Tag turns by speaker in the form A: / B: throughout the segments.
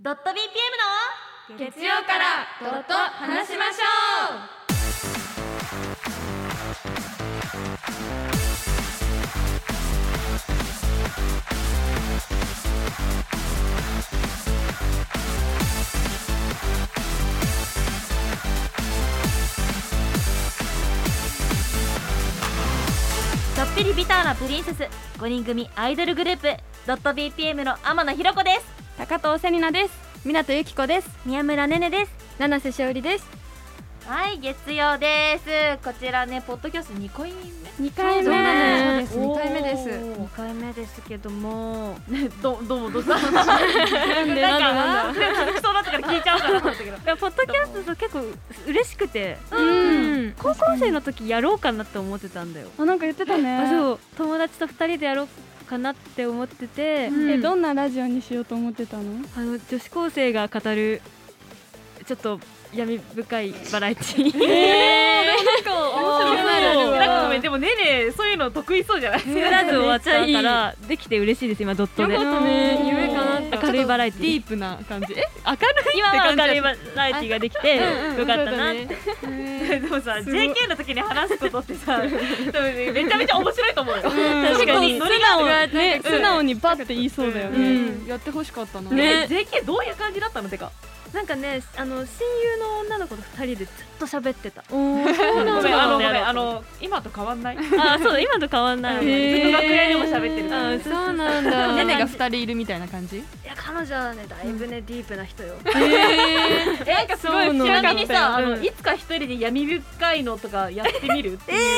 A: ドット BPM の
B: 月曜からドット話しましょう
A: ちょっぴりビターなプリンセス5人組アイドルグループドット BPM の天野ひろ子です
B: 高藤せになです港由紀子です
A: 宮村ねねです
B: 七瀬しおりです
A: はい月曜ですこちらねポッドキャスト2回目
B: 二回
C: そう
B: 目
C: なんです二回目です
A: 2回目ですけども
C: ね、どどうもどうぞ。
B: なんで
A: なんか
B: なんで
A: 続きそうだったから聞いちゃうかなと思ったけど
D: いやポッドキャストさ結構嬉しくて
B: うん
D: 高校生の時やろうかなって思ってたんだよ、
B: あなんか言ってたね
D: あそう友達と2人でやろうかなって思ってて、
B: えどんなラジオにしようと思ってたの
D: あの女子高生が語るちょっと闇深いバラエティーえー、なんか面白い
A: なんかごめんでもねねそういうの得意そうじゃない
D: 作らず終わっちゃうからできて嬉しいです今ドットで
C: よかったね
D: うん
C: 夢叶った
D: 明るいバラエティ
C: ディ
D: ー
C: ープな感じ。え、明
D: 今は明るいバラエティーができて
C: る
D: よかったなって
A: でもさ JK の時に話すことって さ多分ねめちゃめちゃ面白いと思うよ
D: 確かに
A: 結構
D: 素直
C: ね、素直にバって言いそうだよね。
D: う
C: やってほしかったな。
D: ね
A: JK どういう感じだったのてか
D: なんかねあの親友の女の子と2人でずっと喋ってた
A: ご
D: なんだ
A: めんあのごめんあの今と変わんないずっ
D: あそうだ今と変わんない、
C: へー
A: と楽屋でも喋ってるから
D: うん
C: そうなん だねねが二人いるみたいな感じ。
D: いや彼女はねだいぶね、ディープな人よ
A: えなんかすごい
C: そうな
A: ち
C: んだ
A: なみにさあ
D: うん
A: のいつか一人で闇深いのとかやってみるってい う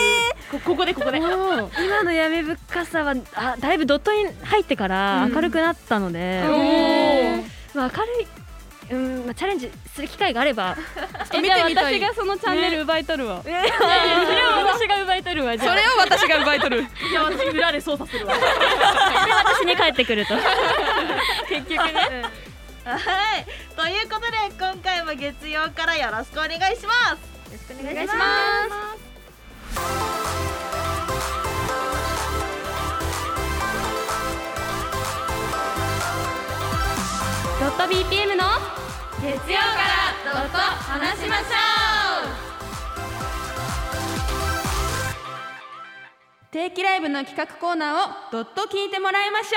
A: こここでここで
D: 今の闇深さはあだいぶドットに入ってから
C: うん
D: 明るくなったので、
C: おー
D: まあ、明るい、うんまあ、チャレンジする機会があれば
C: え、じゃあ私がそのチャンネル奪い取るわ。それを
D: それは私が奪い取るわじゃあ
C: 私が奪い取る。
A: じゃあ私裏で操作するわ
D: 私に帰ってくると
A: 結局ねはいということで今回も月曜からよろしくお願いします
B: お願いし
A: す
B: ま
D: ドット BPM の
B: す月曜からドット話しましょう定期ライブの企画コーナーをドット聞いてもらいまし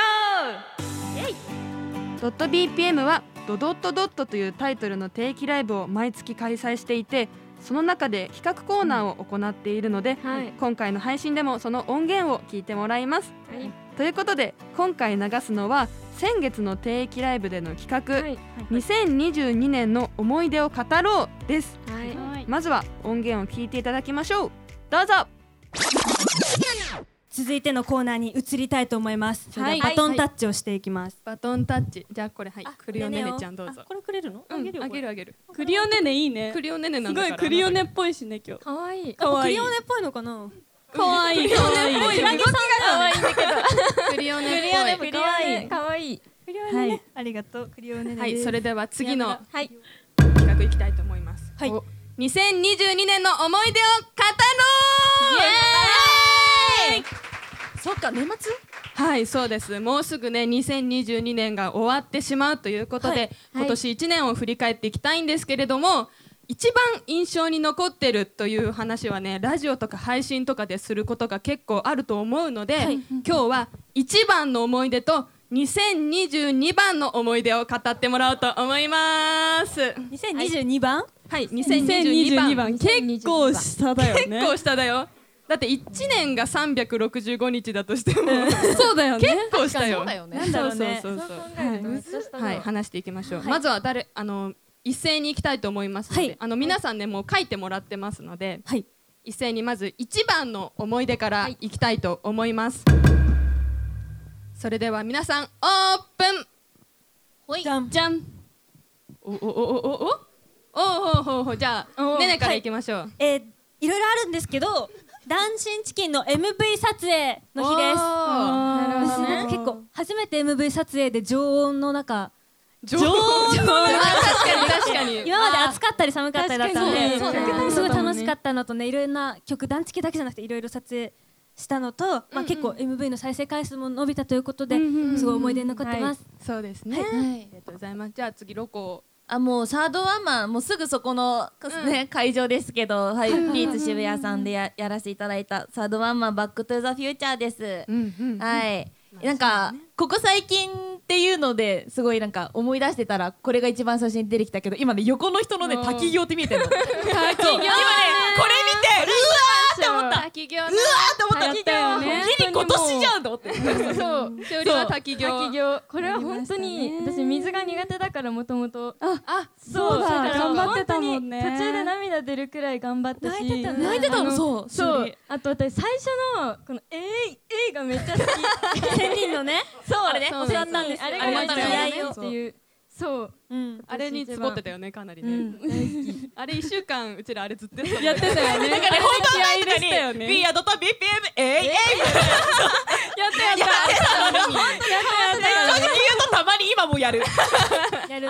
C: ドット BPM はドドットドットというタイトルの定期ライブを毎月開催していてその中で企画コーナーを行っているので、
D: はい
C: 今回の配信でもその音源を聞いてもらいます。
D: はい
C: ということで今回流すのは先月の定期ライブでの企画、
D: はい
C: 2022年の思い出を語ろうです
D: はい
C: まずは音源を聞いていただきましょうどうぞ
E: 続いてのコーナーに移りたいと思います。
C: はい
E: バトンタッチをしていきます。
C: バトンタッチじゃあこれはいクリオネネちゃんどうぞ
E: あこれくれるの？
C: う
E: あ
C: ん
E: げるよ
C: あ
E: これ
C: げるあげる
F: クリオネネいいね
C: ク。リオネネな
F: す
C: んだ
F: ご
C: から
F: いクリオネっぽいしね今日。
B: かわいい
F: かわ
E: ク
F: いい
E: リオ。ネっぽいのかな？
F: かわいい。かわいい。
C: クリオネっぽい
B: クリオネかわいい
E: クリオネ、はい、ありがとう。クリオネ
C: はい、それでは次の
E: はい
C: 企画いきたいと思います。
E: はい
C: お2022年の思い出を語ろう。イエーイ。そっか年末？はい、そうです。もうすぐね、2022年が終わってしまうということで、今年1年を振り返っていきたいんですけれども。一番印象に残ってるという話はねラジオとか配信とかですることが結構あると思うので、今日は1番の思い出と2022番の思い出を語ってもらおうと思います。
E: 2022番？
C: はい、2022
F: 2022
C: 番
F: 番結構下だよね。
C: 結構下だよだって1年が365日だとしても結
F: そうだよね。
C: 構下よ
B: だよね
E: なんだろうね。
C: そうそうそう
B: は
C: はい話していきましょう、まずは誰あの一斉に行きたいと思いますので、
E: はい
C: あの皆さんねもう書いてもらってますので、
E: はい
C: 一斉にまず1番の思い出から行きたいと思います、それでは皆さんオープン
E: じゃん。
C: じゃんおおおおおおおおおおじゃあ
F: お
C: ねねから行きましょう、
E: えー、いろいろあるんですけど、男子チキンの MV 撮影の日です。
C: おー
E: 私なんか結構初めて MV 撮影で常温の中
C: 常温 確かに確かに
E: 今まで暑かったり寒かったりだったの
C: あー
E: で
C: 確かにそうだね
E: すごい楽しかったのとねいろんな曲団地系だけじゃなくていろいろ撮影
B: したのと、まあ、結構 MV の再生回数も伸びたということで、すごい思い出に残ってます、
C: そうですね、
A: はい
C: ありがとうございますじゃあ次ロコ
A: あもうサードワンマンもうすぐそこの、ね会場ですけど、はい、ピーツ渋谷さんでややらせていただいたサードワンマンバックトゥーザフューチャーです、
C: うんうん
A: はい、なんか、ここ最近っていうのですごいなんか思い出してたらこれが一番最初に出てきたけど今ね横の人のね滝行って見えてるのそう今ねこれ見てうわーって思った
G: 滝行の
A: うわーって思った
G: 滝行よね
A: ギリ今年じゃんと思って
G: そう
C: しおりは滝行
G: 滝行これは本当に私水が苦手だからもともとあ
F: そうだ頑張ってたもんね
G: 途中で涙出るくらい頑張ったし泣いてた
A: 泣いてたのそう
G: そうあと私最初のこの「えいえい」がめっちゃ好き
B: 千人のね
A: そうあれね
C: そうなん
B: です
G: あれ
A: あ
G: が
A: れ
G: め
A: が
G: っち
A: ね
G: ゃいいよっていうそう
C: あれにつこってたよねかなりね、 あれ一週間うち らあれずっとやってたもんね
F: やってたよね
A: だから本当は
F: 気合いでしたよ
A: ないの
F: ね
A: に We are not BPM えいえい
G: やったやった
A: 正直言うとたまに今もやる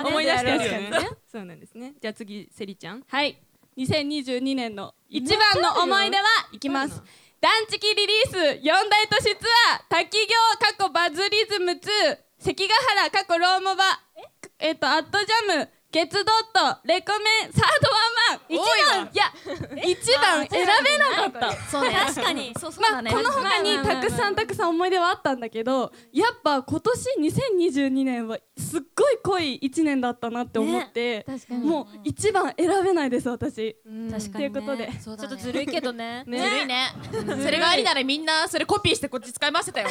C: 思い出してるよ
F: 確かに
C: ねそうなんですねじゃあ次セリちゃん
F: はい2022年の一番の思い出はいきます団地期リリース四大都市ツアー滝行過去バズリズム2関ヶ原過去ローモバえっとアットジャム月ドットレコメンサードワンマン一番いや一番選べなかった
A: そうね
B: 確かに
A: そう
F: まあ、この他にたくさんたくさん思い出はあったんだけどやっぱ今年2022年はすっごい濃い1年だったなって思って、
G: 確かに
F: もう一番選べないです私。
B: 確か
F: とい
B: に、ね、
F: うことで、
A: ちょっ
B: ちょっとずるいけどね
A: ずるいねそれがありならみんなそれコピーしてこっち使いましてたよ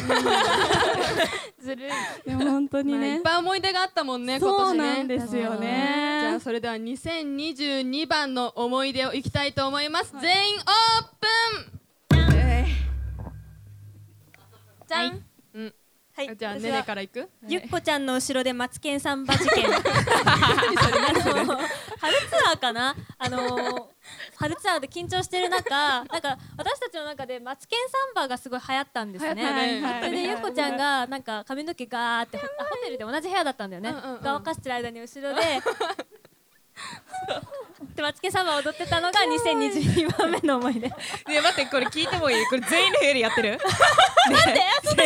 G: ずるい
F: でも本当に
C: まあいっ
F: ね、
C: ぱい思い出があったもんね今
F: そう
C: 年ね
F: なんですよ
C: じゃあ
F: ね。
C: それでは2022番の思い出をいきたいと思います、全員オープン
B: じゃん
C: うん
B: はい、
C: じゃあ
B: 私
C: ね
B: は
C: ねからいく
B: ゆっこちゃんの後ろでマツケンサンバ事件あの春ツアーかなあの春ツアーで緊張してる中なんか私たちの中でマツケンサンバがすごい流行ったんですね、
C: はいはい
B: それでゆっこちゃんがなんか髪の毛ガーってホあホテルで同じ部屋だったんだよね、
C: うんうんうん
B: が沸かしてる間に後ろででマツケンサンバを踊ってたのが2022番目の思い出
A: ね待ってこれ聞いてもいいこれ全員の部屋でやってる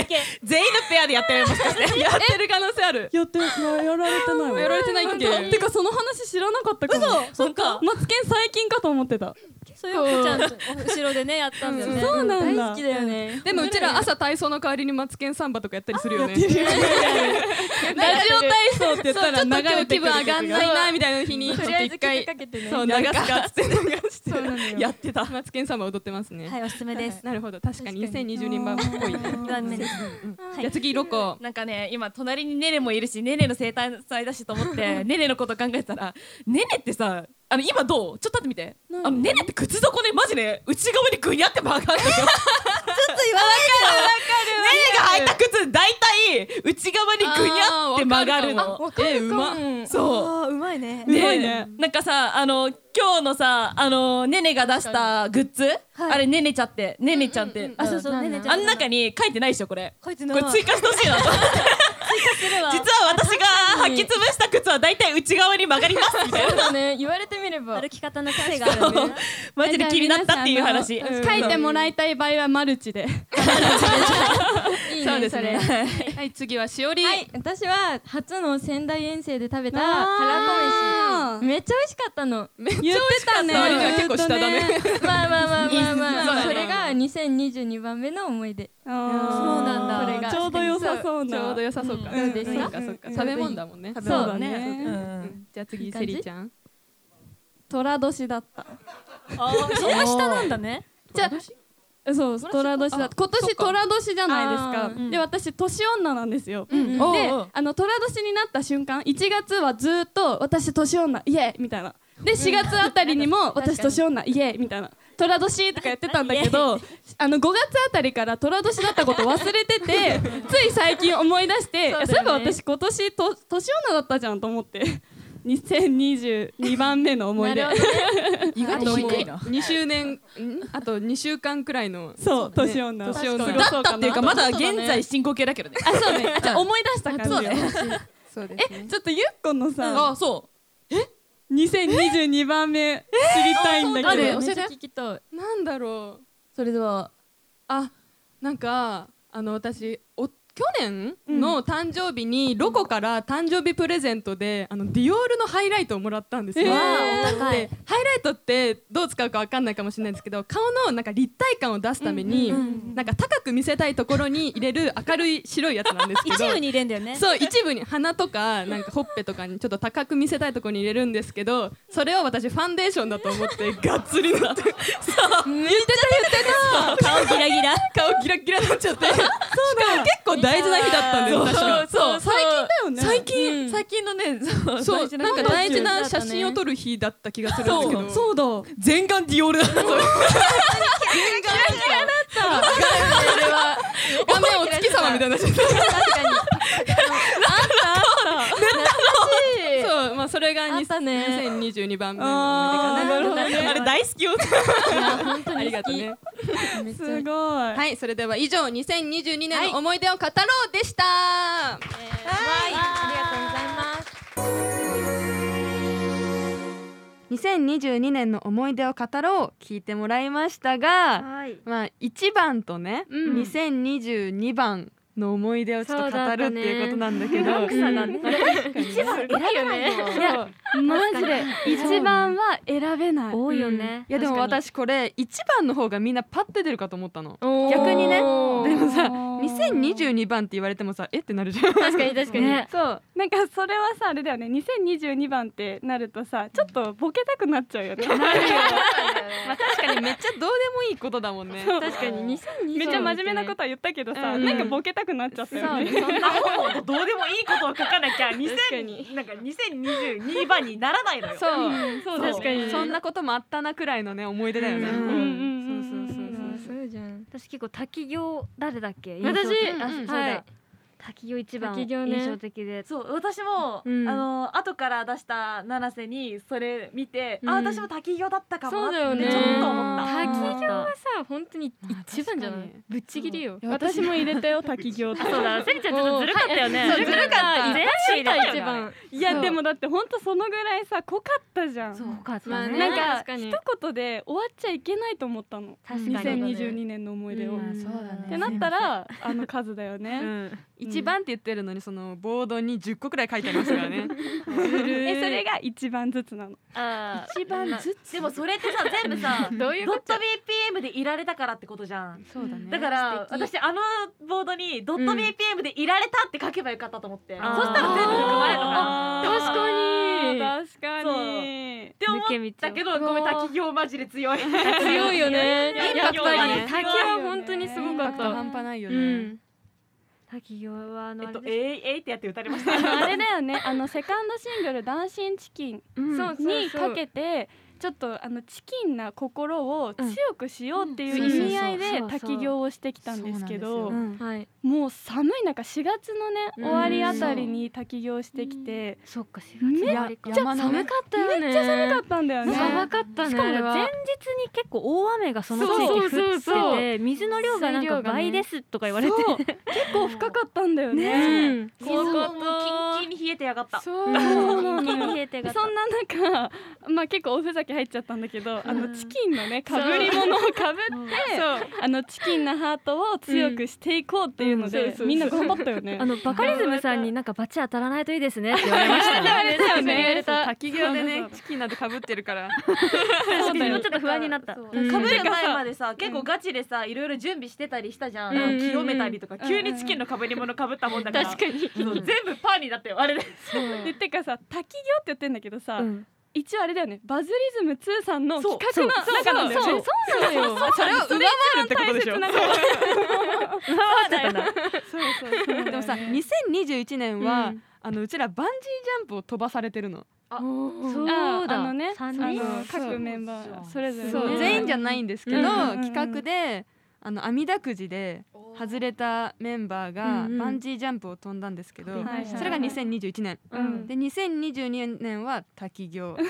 A: 全員のペアでやってるもし かしてやってる可能性ある
F: やってややられてないわ。
C: やられてないっけ
F: てかその話知らなかったかも。そっか。マツケン最近かと思ってた。
B: そうゆっこちゃんの後ろでねやったんだよね、
F: そうなんだ。
G: だよね
C: でもうちら朝体操の代わりにマツケンサンバとかやったりするよね。 ラジオ体操って言ったら流れてくる気分上がんないなみたいな日にちょっと一回そう流すかっつって流してやってた。マツケンサンバ踊ってますね。
B: はいおすすめです
C: なるほど確かに2020人版っぽいね。
B: 2番目です
C: じゃあ次ロコ。
A: なんかね今隣にネネもいるしネネの生誕祭だしと思って ネネのこと考えてたらネネってさあの今どうちょっと立ってみてあのネネって靴底ねマジね内側にグニャって曲がるのよちょ っと言わない でわかるわかるネネが履いた靴大体内側にグニャって曲がるの
C: えうま。
A: そう
B: あーうまい
A: ね
B: ね
F: うまいね
A: なんかさあの今日のさあのねねが出したグッズ、あれねねちゃってねねちゃんって、
B: あ、そうそう、ねねちゃん。
A: あん中に書いてないでしょこれ
B: 書いて
A: こ
B: ない。
A: れ追加してほしいなと
B: してるわ
A: 実は私が履き潰した靴は大体内側に曲がりますみたい
G: そう
A: な
G: だね言われてみれば
B: 歩き方の癖があるね。
A: マジで気になったっていう話
F: 書いてもらいたい場合はマルチで。
G: いい
C: そう
G: ね
C: です
G: そ
C: ね。
G: れ
C: はい次はしおり。
G: はい、私は初の仙台遠征で食べたはらこ飯めっちゃ美味しかったの
F: 言ってたね
C: 割には結構下だね。
G: まあまあまあまあまあ、
A: そうだね
G: それが2022番目の思い出
F: そうな
G: だ
F: ん
G: これが
F: ちょうど良さそうな。
C: ちょうど良さそうか。
G: うんそうです
C: そうかそうか。食べ物だもんね。
A: そう
F: そうだ
A: う
F: ね。
A: ん
C: じゃあ次セリちゃん。
F: 虎年だった。
B: それが下なんだね。
F: じゃそう虎年だった。今年虎年じゃないですか。で私年女なんですよ。で
A: おうおう
F: あの虎年になった瞬間1月はずっと私年女イエーイみたいな。で4月あたりにも私年女イエーイみたいな。虎年とかやってたんだけど、あの5月あたりから虎年だったこと忘れてて、つい最近思い出し
G: そ
F: て、
G: うだよね
F: そういえば私今年と年女だったじゃんと思って、2022番目の思い出。
A: 意
C: あ
A: 外
C: と
A: と
C: もう
A: 低いな
C: 2周年んあと2週間くらいの
F: そう、年女。
C: 年女
A: だったっていうかまだ現在進行形だけどね
F: あ、そうね。じゃあ思い出した感じ。
C: そうです
F: え、ちょっとゆっこのさ、
A: あそう
F: 2022番目知りたいんだけど。
G: 教えて聞きたい
C: なんだろう
A: それでは
C: あなんかあの私お去年の誕生日にロコから誕生日プレゼントであのディオールのハイライトをもらったんですよ。でハイライトってどう使うかわかんないかもしれないですけど顔のなんか立体感を出すために、なんか高く見せたいところに入れる明るい白いやつなんですけ ど
E: 一部に入れんだよね
C: そう一部に鼻とかなんかほっぺとかにちょっと高く見せたいところに入れるんですけどそれを私ファンデーションだと思ってがっつりなってそう言ってた言ってた
E: 顔ギラギラ
C: 顔ギラギラになっちゃってそうしかも結構大事な日だったんです確かそう最近だよね
H: 最近、最近のねそう
C: そうなんか大事な写真を撮る日だった気がするんですけどそうだ全顔ディオールだった画面を月様みたいになっちゃったそうまあそれが
B: あったね
C: 2022番目の思い出かなあれ大好きよ
B: 本当に好き
C: ありがとうね
B: めっちゃ
C: はいそれでは以上2022年の思い出を語ろうでした、
D: 2022年の思い出を語ろう聞いてもらいましたが、
A: はい
D: まあ1番とね、
B: うん
D: 2022番の思い出をちょっと語るっていうことなんだけどそうだったねうん
A: 一番選べないよ
D: いやマジで一番は選べない
B: 多いよ
D: うんい
B: ね
D: やでも私これ一番の方がみんなパッて出るかと思ったの
B: 逆
D: 逆にねで
B: 確
D: もさ2022番って言われてもさえってなるじゃん
B: かに確かに
I: そうなんかそれはさあれだよね2022番ってなるとさちょっとボケたくなっちゃうよね
D: まあ確かにめっちゃどうでもいいことだもんね
B: 確か に2022
I: めっちゃ真面目なことは言ったけどさ、
D: うん
I: なんかボケたくなっちゃったよ
D: そう
I: ね
D: ねそんな
A: どうでもいいことを書かなきゃ2000なんか2022番にならないのよ。
D: そう
A: そう
D: 確かにそんなこともあったなくらいのね思い出だよね。
B: うん
I: うん
D: そうそうそうそう。
B: そうじゃん
I: 私結構滝行誰だっけ
B: 私
D: あそう
B: だはい
I: 滝行一
B: 番滝行ね印象
I: 的で
A: そう私も、
D: うん
A: あの後から出した七瀬にそれ見て、
D: うん
A: あ私も滝行だったか
B: そ
A: も
B: うだよ
A: なっ
B: ね
A: てちょっと思った。
B: 滝行
I: 行
B: はさ本当に一番じゃな
D: まあ
B: い
D: 確かに
B: ぶっちぎりよ
I: 私も入 れたよ滝行って
D: そうだ。セリちゃんちょっとずるかったよね。ずるかった。絶対一番。
I: いやでもだってほんとそのぐらいさ濃かったじゃん一
D: まあね
I: なんか
B: 確かに
I: 言で終わっちゃいけないと思ったの
A: 確かに
I: 2022年の思い出を、
B: う
I: っ
B: ん
H: そうだね
I: てなったらあの数だよ
D: う
I: ね、
D: ん。一番って言ってるのにそのボードに十個くらい書いてありますから ね。
I: えそれが一番ずつなの
A: あー
D: 一番ずつ。
A: でもそれってさ全部さ
D: どういう
A: ド
D: こ
A: ット BPM でいられたからってことじゃん。
D: そうだね
A: だから私あのボードにドット BPM でいられたって書けばよかったと思って、そしたら全部含まれたから
D: 確かに。
I: 確か
A: そう
I: に
A: って思ったけどごめん滝行マジで強 い
B: 強いよねやっ
A: やっ
B: ぱ
A: ぱ
B: り
A: り
B: ね
A: ね
B: 滝は本当にすごかっ
D: 半
B: た
D: 端ないよ
B: う
D: ね。
B: ん
I: 滝行はあ
A: え
I: の
A: っとえいえいってやって歌れま した
I: あれだよねあのセカンドシングル「ダンシンチキン
D: うん」
B: そう
I: にかけてちょっとあのチキンな心を強くしようっていう意味合いで滝行をしてきたんですけど
D: うん
B: はい
I: もう寒い中4月のね
B: う
I: 終
B: ん
I: わりあたりに滝行してきて
B: そっか4
I: めっちゃ
D: 山の
B: 寒
D: ね
B: かったよねめっちゃ
I: 寒かったんだよね。
B: 寒かったねしかも前
E: に結構大雨がそ
B: の地域降ってて
E: 水の
B: 量がなんか倍です
E: とか言わ
I: そう結構深かったんだよね。
B: ね
A: もうキンキンに冷えてやがった
I: そう
B: そう
I: なのよ
B: 冷えてが
I: そんな中、まあ、結構おふざけ入っちゃったんだけど、あのチキンのねかぶり物をかぶってあのチキンなハートを強くしていこうっていうので、みんな頑張ったよね。
E: のバカリズムさんになんかバチ当たらないといいですねって言われました
I: 言われた
D: 滝行でねチキンなんて被ってる から。
I: そうだよ
E: ちょっと不安になった
B: うん
A: かぶる前までさ結構ガチでさいろいろ準備してたりしたじゃん
D: うん
A: なんか清めたりとか
I: うん
A: 急にチキンのかぶり物かぶったもんだから
B: 確かに
A: そう全部パーになったよあれで
I: でてかさ滝行って言ってんだけどさ、
B: ん
I: 一応あれだよねバズリズム2さんの企画
B: そう
I: の中なんだよね
B: そうそうなのよ
D: それを上回るってことでしょ。
I: そうそうそう
D: でもさ、2021年は、あのうちらバンジージャンプを飛ばされてるの。
B: そうだ
I: あのねあ
E: 三人
I: の各メンバーそれぞれ、ね、
D: そう全員じゃないんですけど、
I: うんうんうん
D: 企画であの網だくじで外れたメンバーが
B: うんうん
D: バンジージャンプを飛んだんですけど、
I: はい
D: それが2021年、
I: うん
D: で2022年は滝行、あ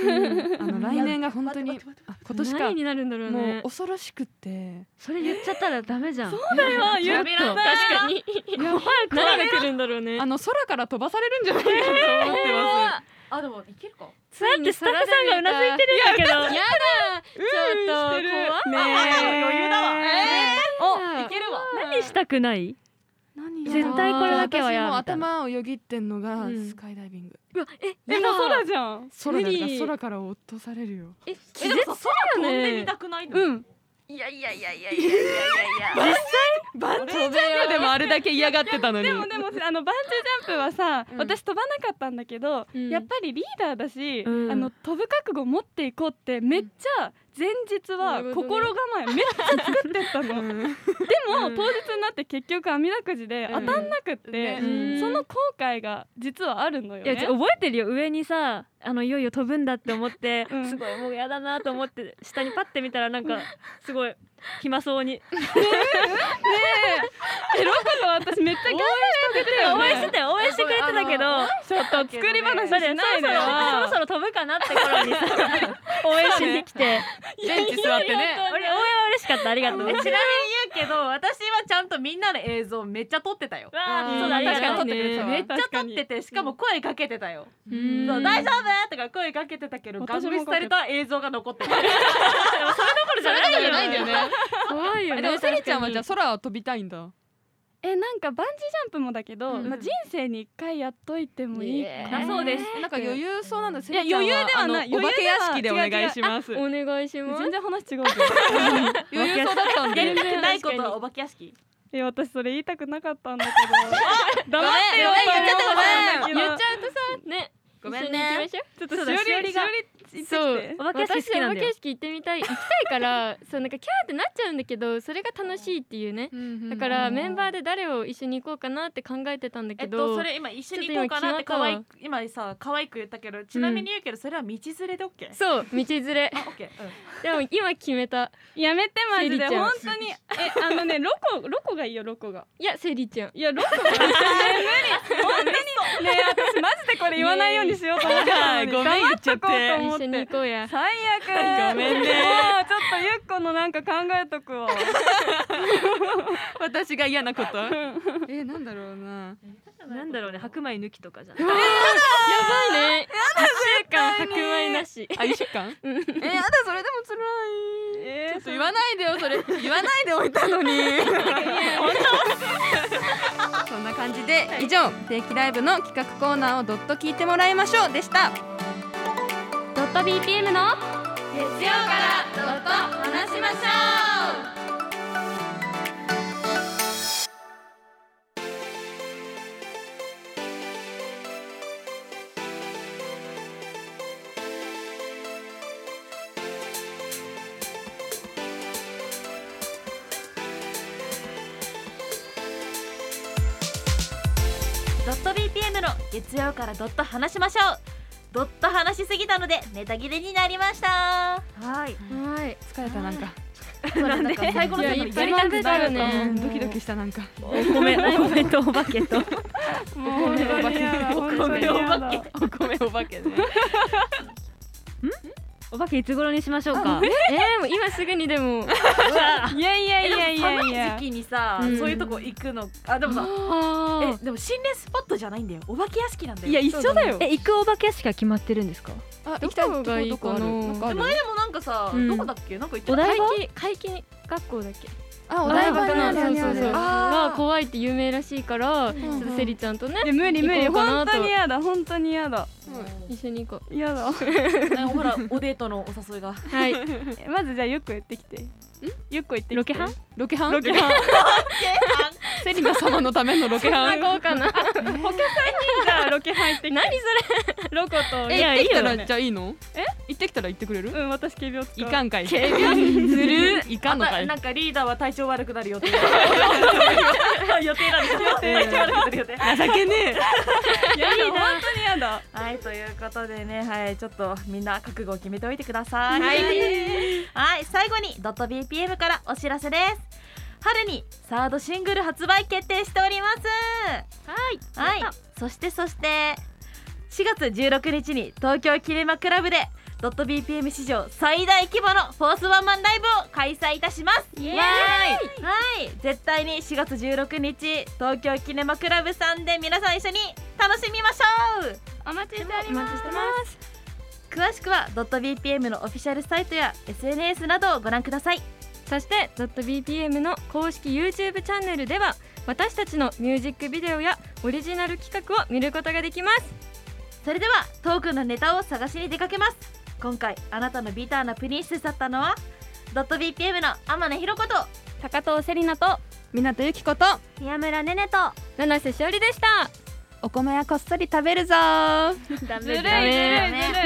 D: の来年が本当にあ今年か
B: 何になるんだろう
D: もう
B: ね
D: 恐ろしくって
B: それ言っちゃったらダメじゃん
I: あ言った
B: 確かにやばい何が来るんだろうね
D: あの空から飛ばされるんじゃないかと思ってます
A: あでもいけるか
D: そうやってスタッフさんがうなずいてるんだけど
B: やだちょっと怖い
J: 余裕だわ
A: おいけるわ
D: 何したくない
C: 何
D: 絶対これだけはや
C: 私も
D: みたいな
C: 頭をよぎってんのが
D: うん
C: スカイダイビング
I: でも空じゃん
C: 空だか
B: 無理
C: ら空から落とされるよ
D: え
A: え
D: 気
A: で
D: 絶
A: もさ空飛んで
D: ね
A: みたくないの
I: うん
A: いやいやいやいやいやいやいやいや
I: バンジージャンプでもあれだけ嫌がってたのにでもでもあのバンジージャンプはさ、私飛ばなかったんだけど、
B: うん
I: やっぱりリーダーだし、
D: うん
I: あの飛ぶ覚悟持っていこうってめっちゃ前日は
B: なるほどね
I: 心構えめっちゃ作ってったの、でも当日になって結局あみだくじで当たんなくって、
B: うん
I: その後悔が実はあるのよ
D: い
I: ね
D: やちょ覚えてるよ上にさあのいよいよ飛ぶんだって思って、
I: うん
D: すごいもうやだなと思って下にパッて見たらなんかすごい暇そ うに
I: えロコの私めっちゃ頑張ってたよ
D: 応援し
I: ね
D: てたよ応援してくれてたけど
I: ちょっと作り話し
D: それ
I: ないでよ
D: そろそろそろ飛ぶかなって頃にさ応援しに来て
C: ベンチ座ってね
D: 俺応援は嬉しかったありがとう
A: えちなみに言うけど 私はちゃんとみんなの映像めっちゃ撮ってたよ
D: わあそうだありが
A: 確
D: と
A: かに撮って
D: う
A: くれてためっ
I: ね
A: ちゃ撮っててしかも声かけてたよ
B: うん
A: そう大丈夫とか声かけてたけどガ
I: 私
A: ン
I: も
A: 無視された映像が残ってるそれどころじゃない
C: じゃないんだよね
D: 怖いよ
C: あ
D: ね
C: でもセリちゃんは
D: 確かに
C: じゃあ空を飛びたいんだ
I: えなんかバンジージャンプもだけど、
B: うん
I: まあ、人生に一回やっといてもいいかな、
A: そうです
C: なんか余裕そうなんだセ
I: いや
C: リちゃんは
I: 余裕ではない
C: あのお化け屋敷でお願いします
B: お願いします
I: 全然話違う ぞ
C: 余裕そうだったん
A: や
C: で
A: りたくないことはお化け屋敷
I: え私それ 言いたくなかったんだけど黙ってよ
B: 言っちゃうとさね
A: ごめんね
B: 一緒に行きましょう
I: ちょっとしお
D: そうだ
I: りしおり
D: しおり
I: が
D: が
B: そう
D: お化け屋敷好きなん
B: 私お化
D: だよ
B: け屋敷行ってみたい行きたいからそうなんかキャーってなっちゃうんだけどそれが楽しいっていうねだからメンバーで誰を一緒に行こうかなって考えてたん
A: え
B: だけ
A: っと
B: ど、
A: それ今一緒に行こうかなって
B: ちょっ
A: 可
B: と今
A: 愛い今さ可愛く言ったけどちなみに言うけどそれは道連れで OK
B: そう道連れ
A: あ OK うん
B: でも今決めた
I: やめてマジ
B: セリ
I: で
B: ちゃん
I: 本当にえあのねロコロコがいいよロコが
B: いやセリちゃん
I: いやロコ がね無理本当にね私マジでこれ言わないようにしようと思ってたのに
C: ごめん
I: 黙っとこうと
B: 一
I: 思っ
B: 緒
I: て
B: に行こうや
I: 最悪
C: ごめんね
I: もうちょっとゆっこのなんか考えとくわ
C: 私が嫌なことえなんだろうな
D: なんだろうね白米抜きとかじゃん
B: やばいね一週間白米なし
C: あ一週間えやだそれでも辛い
I: え
C: ちょっと言わないでよそれ言わないでおいたのにそんな感じで以上定期ライブの企画コーナーをどっと聞いてもらいましょうでした
B: ドット BPM の
J: ドット BPM の月曜からドット話しましょうドット話しすぎたのでネタ切れになりましたはい
B: はい
C: 疲れたなんか
J: なんで最後の
B: いや
J: 最
B: い
J: 後に
B: っぱい食べたよ
C: う
B: ね
C: んドキドキしたなんか
D: お米お米とお化けと
I: もうお化け
C: お米お
I: 化け
C: お米お化けね
D: お化けいつ頃にしましょうか
B: えー、もう今すぐにでも
I: いやいやいやいやい
A: 寒い
I: や
A: 時期にさ
B: うん
A: そういうとこ行くのあでもさ
B: あ
A: えでも心霊スポットじゃないんだよお化け屋敷なんだよ
I: いや一緒だよ
D: え行くお化け屋敷は決まってるんですか
C: あ
B: どこがいいかな
C: 行きたいとこどこあるんかあ
A: 前
C: る
A: でもなんかさ
B: うん
A: どこだっけなんか行って
D: お
A: た
D: 台場
B: ー怪奇学校だっけ
C: あお
B: お
C: 台
B: 台
C: 場の
B: 場のそうそうそうが
C: あ
B: 怖いって有名らしいからちょっとセリちゃんとね
I: え無理無理
B: 行こうか
I: 本
B: なと
I: 当に嫌だ本当に嫌だ
B: 一緒に行こ
I: 嫌だ
A: なんかほらおデートのお誘いが
B: うはい
I: えまずじゃあゆっこ言ってきてゆっこ言ってきて
D: ロケハン
C: ロケハン
I: ロケハン
C: セリナ様のためのロケハン
B: 行こうかな
I: じゃあロケハン行ってきて
B: 何
I: ロコと
C: え
I: い
C: 行
I: や
C: って
I: いい
C: きた
I: よ
C: ら
I: ね
C: じゃあいいのえ行ってきたら行ってくれる
I: うん私警備を使
C: いうか
I: ん
C: んかい警 備するいかんのかい
A: なんかリーダーは体調悪くなる予定予定なんですよ体調悪くな る予定
C: 情けね
I: やだ本当にやだ
A: はいということでねはいちょっとみんな覚悟を決めておいてくださいはい、最後にドット BPM からお知らせです春にサードシングル発売決定しておりますはいはいそしてそして4月16日に東京キネマクラブでドット BPM 史上最大規模のフォースワンマンライブを開催いたしますイエーイはい絶対に4月16日東京キネマクラブさんで皆さん一緒に楽しみましょう
I: お待ちしております
A: 詳しくは .bpm のオフィシャルサイトや SNS などをご覧ください
B: そして .bpm の公式 YouTube チャンネルでは私たちのミュージックビデオやオリジナル企画を見ることができます
A: それではトークのネタを探しに出かけます今回あなたのビターなプリンセスだったのは .bpm の天野ひろ子と
B: 高藤セリナと
C: 港由紀子と
K: 宮村ねねと
B: 七瀬しおりでした
C: お米はこっそり食べるぞ
K: ダメ
I: ずるいずるいずるい